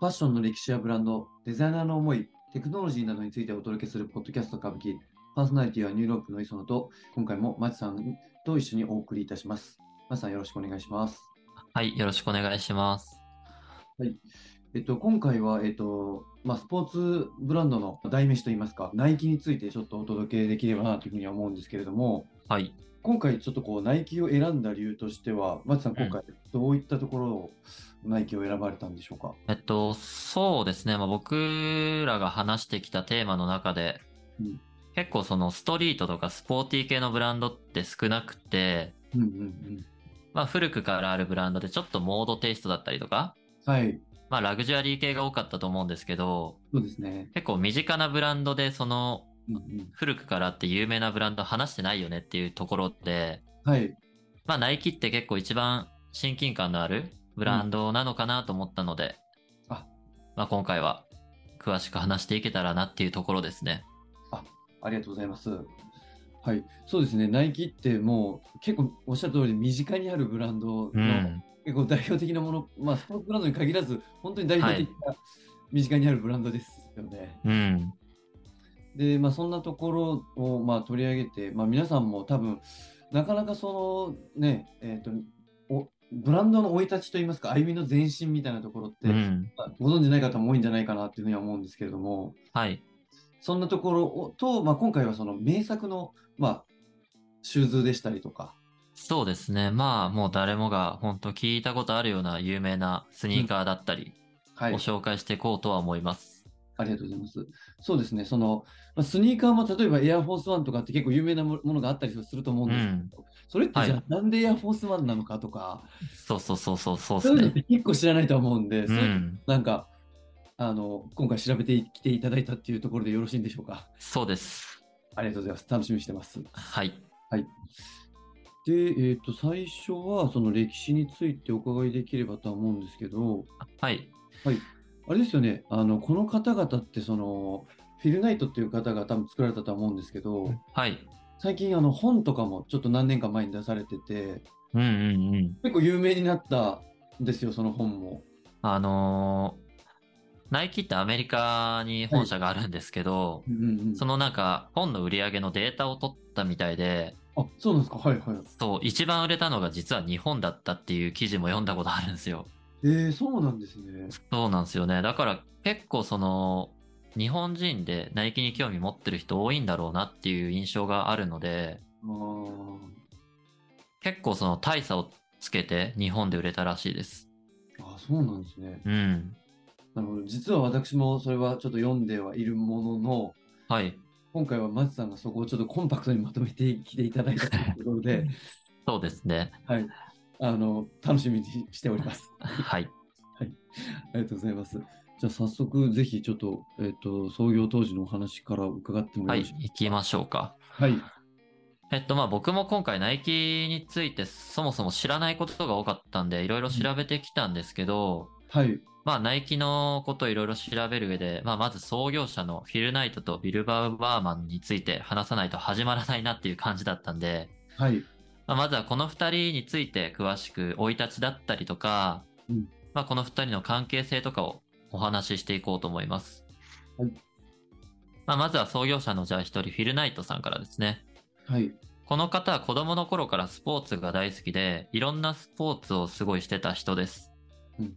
ファッションの歴史やブランド、デザイナーの思い、テクノロジーなどについてお届けするポッドキャスト歌舞伎、パーソナリティはニューロープの磯野と、今回もマチさんと一緒にお送りいたします。マチさんよろしくお願いします。はい、よろしくお願いします。えっと、今回は、えっと、まあ、スポーツブランドの代名詞といいますか、ナイキについてちょっとお届けできればなというふうには思うんですけれども、はい。今回ちょっとこう、ナイキを選んだ理由としては、マチさんうん今回どういったところを、ナイキを選ばれたんでしょうか。えっと、そうですね。まあ、僕らが話してきたテーマの中で、うん結構そのストリートとかスポーティー系のブランドって少なくて、うんうんうん。まあ、古くからあるブランドでちょっとモードテイストだったりとか、はい、まあ、ラグジュアリー系が多かったと思うんですけど、そうですね。結構身近なブランドでそのうんうん、古くからって有名なブランド話してないよねっていうところで、はい、まあ、ナイキって結構一番親近感のあるブランドなのかなと思ったので、うんあまあ、今回は詳しく話していけたらなっていうところですね。ありがとうございます。はい、そうですね、ナイキってもう結構おっしゃる通り身近にあるブランドの、うん。結構代表的なもの、まあ、スポーツブランドに限らず、本当に代表的な身近にあるブランドですよね。うん。で、まあ、そんなところをまあ取り上げて、まあ、皆さんも多分なかなかそのね、えー、とおブランドの生い立ちといいますか、歩みの前進みたいなところって、うん。まあご存じない方も多いんじゃないかなっていうふうには思うんですけれども。はい。そんなところをと、まあ、今回はその名作の、まあ、シューズでしたりとか、そうですね。まあ、もう誰もが本当聞いたことあるような有名なスニーカーだったりはをい、紹介していこうとは思います。ありがとうございます。そうですね、そのまあスニーカーも例えばエアフォースワンとかって結構有名なもものがあったりすると思うんうですけん。ど、それってじゃあ、はなんでエアフォースワンなのかとか、そうそうそうそう、そうでそういうすのってね。結構知らないと思うんで、う。そういうんなんかあの、今回調べてきていただいたっていうところでよろしいんでしょうか。そうです。ありがとうございます。楽しみにしてます。はい。で、えー、と最初はその歴史についてお伺いできればとは思うんですけど、はい。あれですよね、あのこの方々ってその、フィルナイトっていう方が多分作られたとは思うんですけど、はい。最近あの本とかもちょっと何年か前に出されてて、うんうんうん。結構有名になったんですよ、その本も。あのーナイキってアメリカに本社があるんですけど、うんうんうんそのなんか本の売り上げのデータを取ったみたいで、あそうなんですか、はいはい。そう、一番売れたのが実は日本だったっていう記事も読んだことあるんですよ。えー、そうなんですね。そうなんですよね。だから結構その、日本人でナイキに興味持ってる人多いんだろうなっていう印象があるので、あー結構その大差をつけて日本で売れたらしいです。あ、そうなんですね。うん。なるほど。実は私もそれはちょっと読んではいるものの、はい。今回はマジさんがそこをちょっとコンパクトにまとめてきていただいたというところで、そうですね。はい、あの楽しみにしております。はい。ありがとうございます。じゃあ早速ぜひちょっと,、えっと創業当時のお話から伺ってもはよい。ろしいで行きましょうか。すか。はい。えっと、まあ僕も今回ナイキについてそもそも知らないことが多かったんで、いろいろ調べてきたんですけど、はい。まあナイキのことをいろいろ調べる上で、まあまず創業者のフィルナイトとビルバー・バーマンについて話さないと始まらないなっていう感じだったんで、はい。まあ、まずはこの二人について詳しく生い立ちだったりとか、うんまあこの二人の関係性とかをお話ししていこうと思います。はいまあまずは創業者のじゃあ一人フィルナイトさんからですね。はい。この方は子供の頃からスポーツが大好きで、いろんなスポーツをすごいしてた人です。うん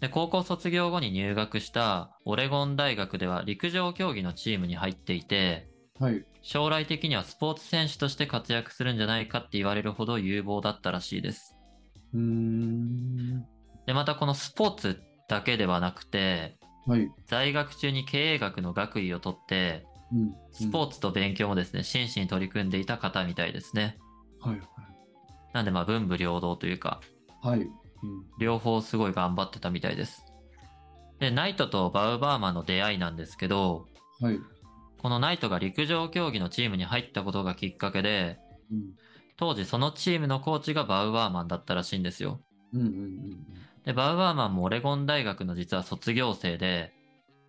で高校卒業後に入学したオレゴン大学では陸上競技のチームに入っていて、はい。将来的にはスポーツ選手として活躍するんじゃないかって言われるほど有望だったらしいです。うーん。で、またこのスポーツだけではなくて、はい。在学中に経営学の学位を取って、うん。スポーツと勉強もですね、真摯に取り組んでいた方みたいですね。うん。はい。なんでまあ文武両道というか、はい。はい。うん。両方すごい頑張ってたみたいです。で、ナイトとバウバーマンの出会いなんですけど、はい。このナイトが陸上競技のチームに入ったことがきっかけで、うん。当時そのチームのコーチがバウバーマンだったらしいんですよ。うん。うんで、バウバーマンもオレゴン大学の実は卒業生で、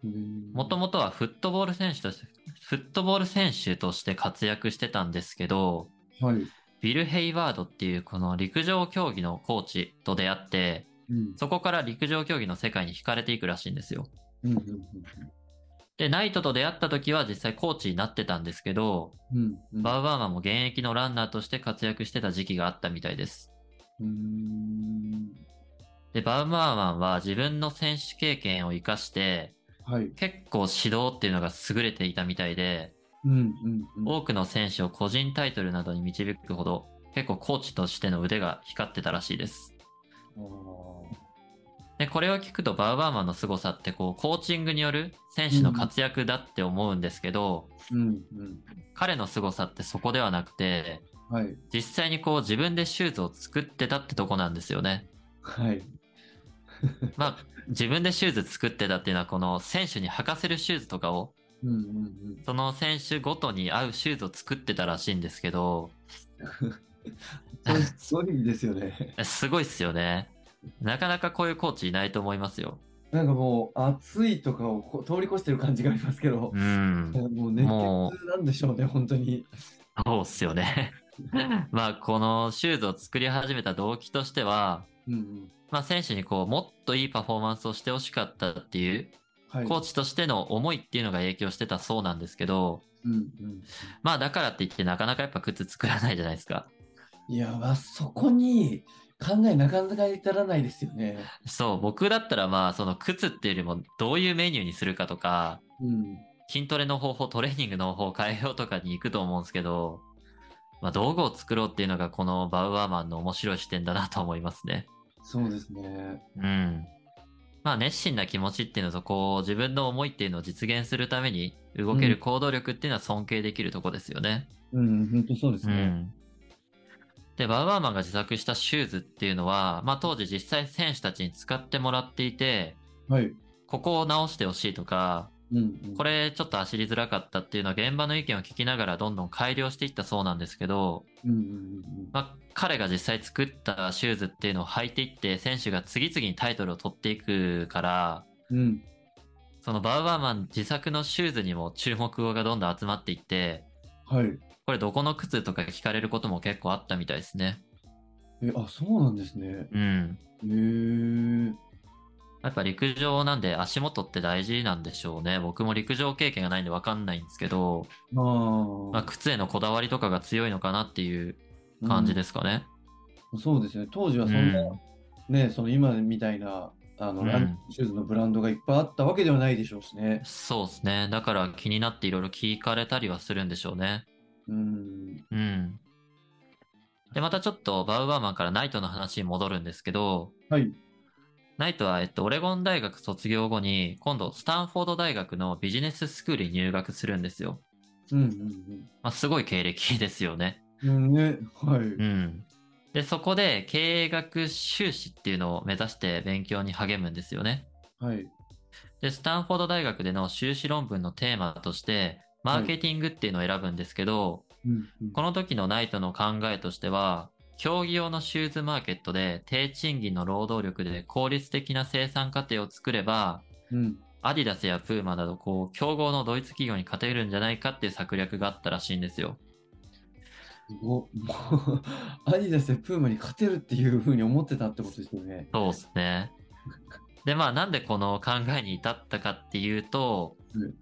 うん。うん。もともとはフットボール選手として、フットボール選手として活躍してたんですけど、はい。ビル・ヘイワードっていうこの陸上競技のコーチと出会って、うんそこから陸上競技の世界に惹かれていくらしいんですよ。うんうんで、ナイトと出会った時は実際コーチになってたんですけど、うんうんバウバーマンも現役のランナーとして活躍してた時期があったみたいです。うーんで、バウバーマンは自分の選手経験を活かして、はい結構指導っていうのが優れていたみたいで、うんうんうん多くの選手を個人タイトルなどに導くほど、結構コーチとしての腕が光ってたらしいです。で、これを聞くとバウバーマンの凄さって、こう、コーチングによる選手の活躍だって思うんですけど、うんうん彼の凄さってそこではなくて、はい実際にこう自分でシューズを作ってたってとこなんですよね。はいまあ、自分でシューズ作ってたっていうのは、この選手に履かせるシューズとかを、うん うんその選手ごとに合うシューズを作ってたらしいんですけど、うんそういう意味ですよねすごいっすよね。なかなかこういうコーチいないと思いますよ。なんかもう暑いとかをこう通り越してる感じがありますけどう、ん。もう熱も血なんでしょうね本当にそうっすよね。 まあ、このシューズを作り始めた動機としては、うんうんまあ、選手にこう、もっといいパフォーマンスをしてほしかったっていう、はいコーチとしての思いっていうのが影響してたそうなんですけど、うんうんまあ、だからって言ってなかなかやっぱ靴作らないじゃないですか。いやまあそこに考えなかなか至らないですよねそう、僕だったらまあ、その靴っていうよりもどういうメニューにするかとか、うん筋トレの方法、トレーニングの方法を変えようとかに行くと思うんですけど、まあ、道具を作ろうっていうのがこのバウアーマンの面白い視点だなと思いますね。そうですねうん。まあ、熱心な気持ちっていうのと、こう、自分の思いっていうのを実現するために動ける行動力っていうのは尊敬できるとこですよね。うん本当そうですねで、バウアーマンが自作したシューズっていうのは、まあ、当時実際選手たちに使ってもらっていて、はいここを直してほしいとか、うんうんこれちょっと走りづらかったっていうのは現場の意見を聞きながらどんどん改良していったそうなんですけど、うんうんうんまあ、彼が実際作ったシューズっていうのを履いていって、選手が次々にタイトルを取っていくから、うんうんそのバウアーマン自作のシューズにも注目がどんどん集まっていって、はいこれどこの靴とか聞かれることも結構あったみたいですね。えあそうなんですねうん。へえやっぱ陸上なんで足元って大事なんでしょうね。僕も陸上経験がないんでわかんないんですけど、あまあ、靴へのこだわりとかが強いのかなっていう感じですかね。うんそうですね当時はうそん。んなねその今みたいなあの、うんランニングシューズのブランドがいっぱいあったわけではないでしょうしね。そうですね。だから気になっていろいろ聞かれたりはするんでしょうね。うん。うん。で、またちょっとバウバーマンからナイトの話に戻るんですけど、はい。ナイトは、えっと、オレゴン大学卒業後に、今度、スタンフォード大学のビジネススクールに入学するんですよ。うんうんまあ、すごい経歴ですよね。うん。うんね。はい。うん。で、そこで経営学修士っていうのを目指して勉強に励むんですよね。はい。で、スタンフォード大学での修士論文のテーマとして、マーケティングっていうのを選ぶんですけど、うんうんこの時のナイトの考えとしては、競技用のシューズマーケットで低賃金の労働力で効率的な生産過程を作れば、うん。アディダスやプーマなど、こう、競合のドイツ企業に勝てるんじゃないかっていう策略があったらしいんですよ。すごもうアディダスでプーマに勝てるっていうふうに思ってたってことですよね。そうですね。で、まあ、なんでこの考えに至ったかっていうと、うん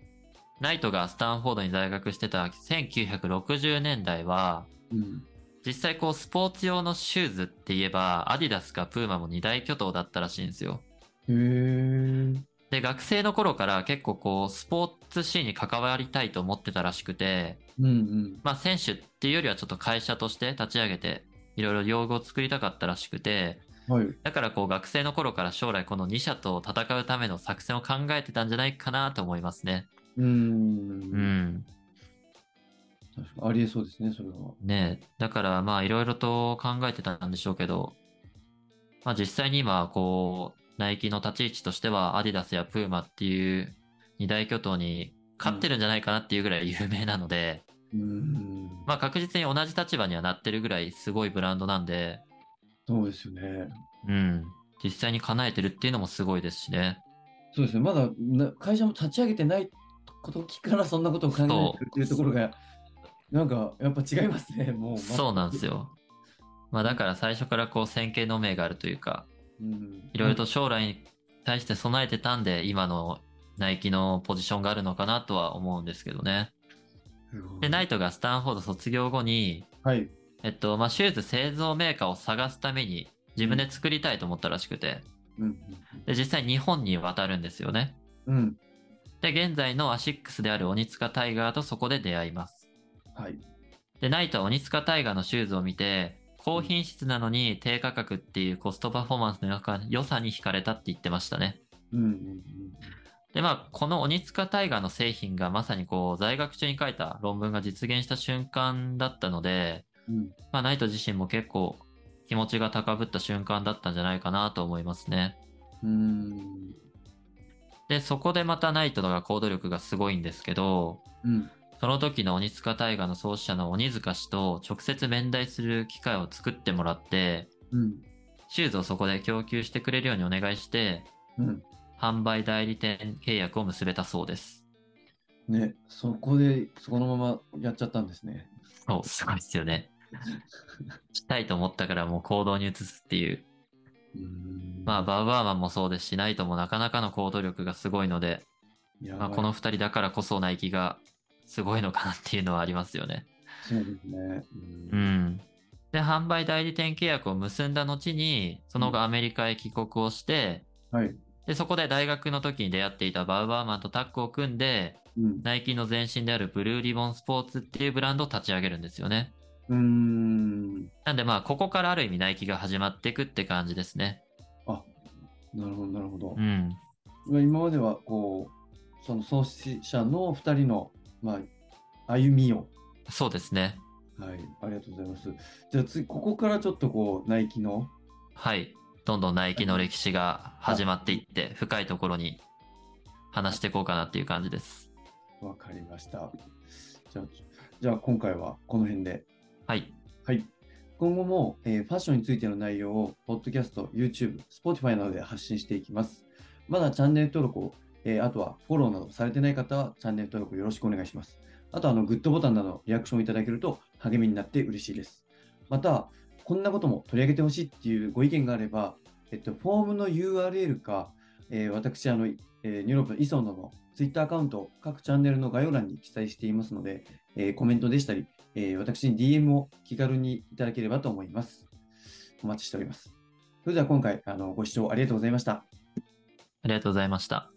ナイトがスタンフォードに在学してた1960年代は、うん。実際こう、スポーツ用のシューズって言えば、アディダスかプーマも二大巨頭だったらしいんですよ。へえ。で、学生の頃から結構こう、スポーツシーンに関わりたいと思ってたらしくて、うんうん。まあ、選手っていうよりはちょっと会社として立ち上げて、いろいろ用語を作りたかったらしくて、はい。だからこう学生の頃から将来この2社と戦うための作戦を考えてたんじゃないかなと思いますね。うん。うん。確かありえそうですね、それは。ねえだからまあいろいろと考えてたんでしょうけど、まあ実際に今こう、ナイキの立ち位置としてはアディダスやプーマっていう二大巨頭に勝ってるんじゃないかなっていうぐらい有名なので、うん。まあ確実に同じ立場にはなってるぐらいすごいブランドなんで、そうですよね。うん。実際に叶えてるっていうのもすごいですしね。そうですね、まだな会社も立ち上げてない時からそんなことを考えてるっていうところが、なんかやっぱ違いますね、もう。そうなんですよ。よ。まあだから最初からこう先見の明があるというか、うんいろいろと将来に対して備えてたんで、今のナイキのポジションがあるのかなとは思うんですけどね。すごいで、ナイトがスタンフォード卒業後に、はい。えっと、まあ、シューズ製造メーカーを探すために自分で作りたいと思ったらしくて、うん。で、実際日本に渡るんですよね。うん。で、現在のアシックスである鬼塚タイガーとそこで出会います。はい。で、ナイトは鬼塚タイガーのシューズを見て、高品質なのに低価格っていうコストパフォーマンスの良か良さに惹かれたって言ってましたね。うん。うんで、まあ、この鬼塚タイガーの製品がまさにこう、在学中に書いた論文が実現した瞬間だったので、うん。うん。まあ、ナイト自身も結構気持ちが高ぶった瞬間だったんじゃないかなと思いますね。うん。で、そこでまたナイトのが行動力がすごいんですけど、うん。その時の鬼塚大河の創始者の鬼塚氏と直接面談する機会を作ってもらって、うん。シューズをそこで供給してくれるようにお願いして、うん。販売代理店契約を結べたそうです。ね、そこで、そこのままやっちゃったんですね。そう、すごいですよね。したいと思ったからもう行動に移すっていう。うんまあ、バウアーマンもそうですし、ナイトもなかなかの行動力がすごいので、やばまいあ、この二人だからこそナイキがすごいのかなっていうのはありますよね。そうですね。ううんん。で、販売代理店契約を結んだ後に、その後アメリカへ帰国をして、はい。で、そこで大学の時に出会っていたバウバーマンとタッグを組んで、うん。ナイキの前身であるブルーリボンスポーツっていうブランドを立ち上げるんですよね。うん。なんでまあ、ここからある意味ナイキが始まっていくって感じですね。なるほど、なるほどう。ん。まあ今までは、こう、その創始者の二人の、まあ、歩みを。そうですね。はい。ありがとうございます。じゃあ次、ここからちょっとこう、ナイキの、はい。どんどんナイキの歴史が始まっていって、深いところに話していこうかなっていう感じです。わかりました。じゃあ、じゃあ今回はこの辺で。はい。はい。今後も、えーファッションについての内容を、ポッドキャスト、YouTube、Spotify などで発信していきます。まだチャンネル登録を、えーあとはフォローなどされてない方は、チャンネル登録よろしくお願いします。あと、あの、グッドボタンなどのリアクションをいただけると励みになって嬉しいです。また、こんなことも取り上げてほしいっていうご意見があれば、えっと、フォームの URL か、えー私、あの、えーニューロップ、イソノの Twitter アカウントを各チャンネルの概要欄に記載していますので、えーコメントでしたり、えー私に DM を気軽にいただければと思います。お待ちしております。それでは今回、あのご視聴ありがとうございました。ありがとうございました。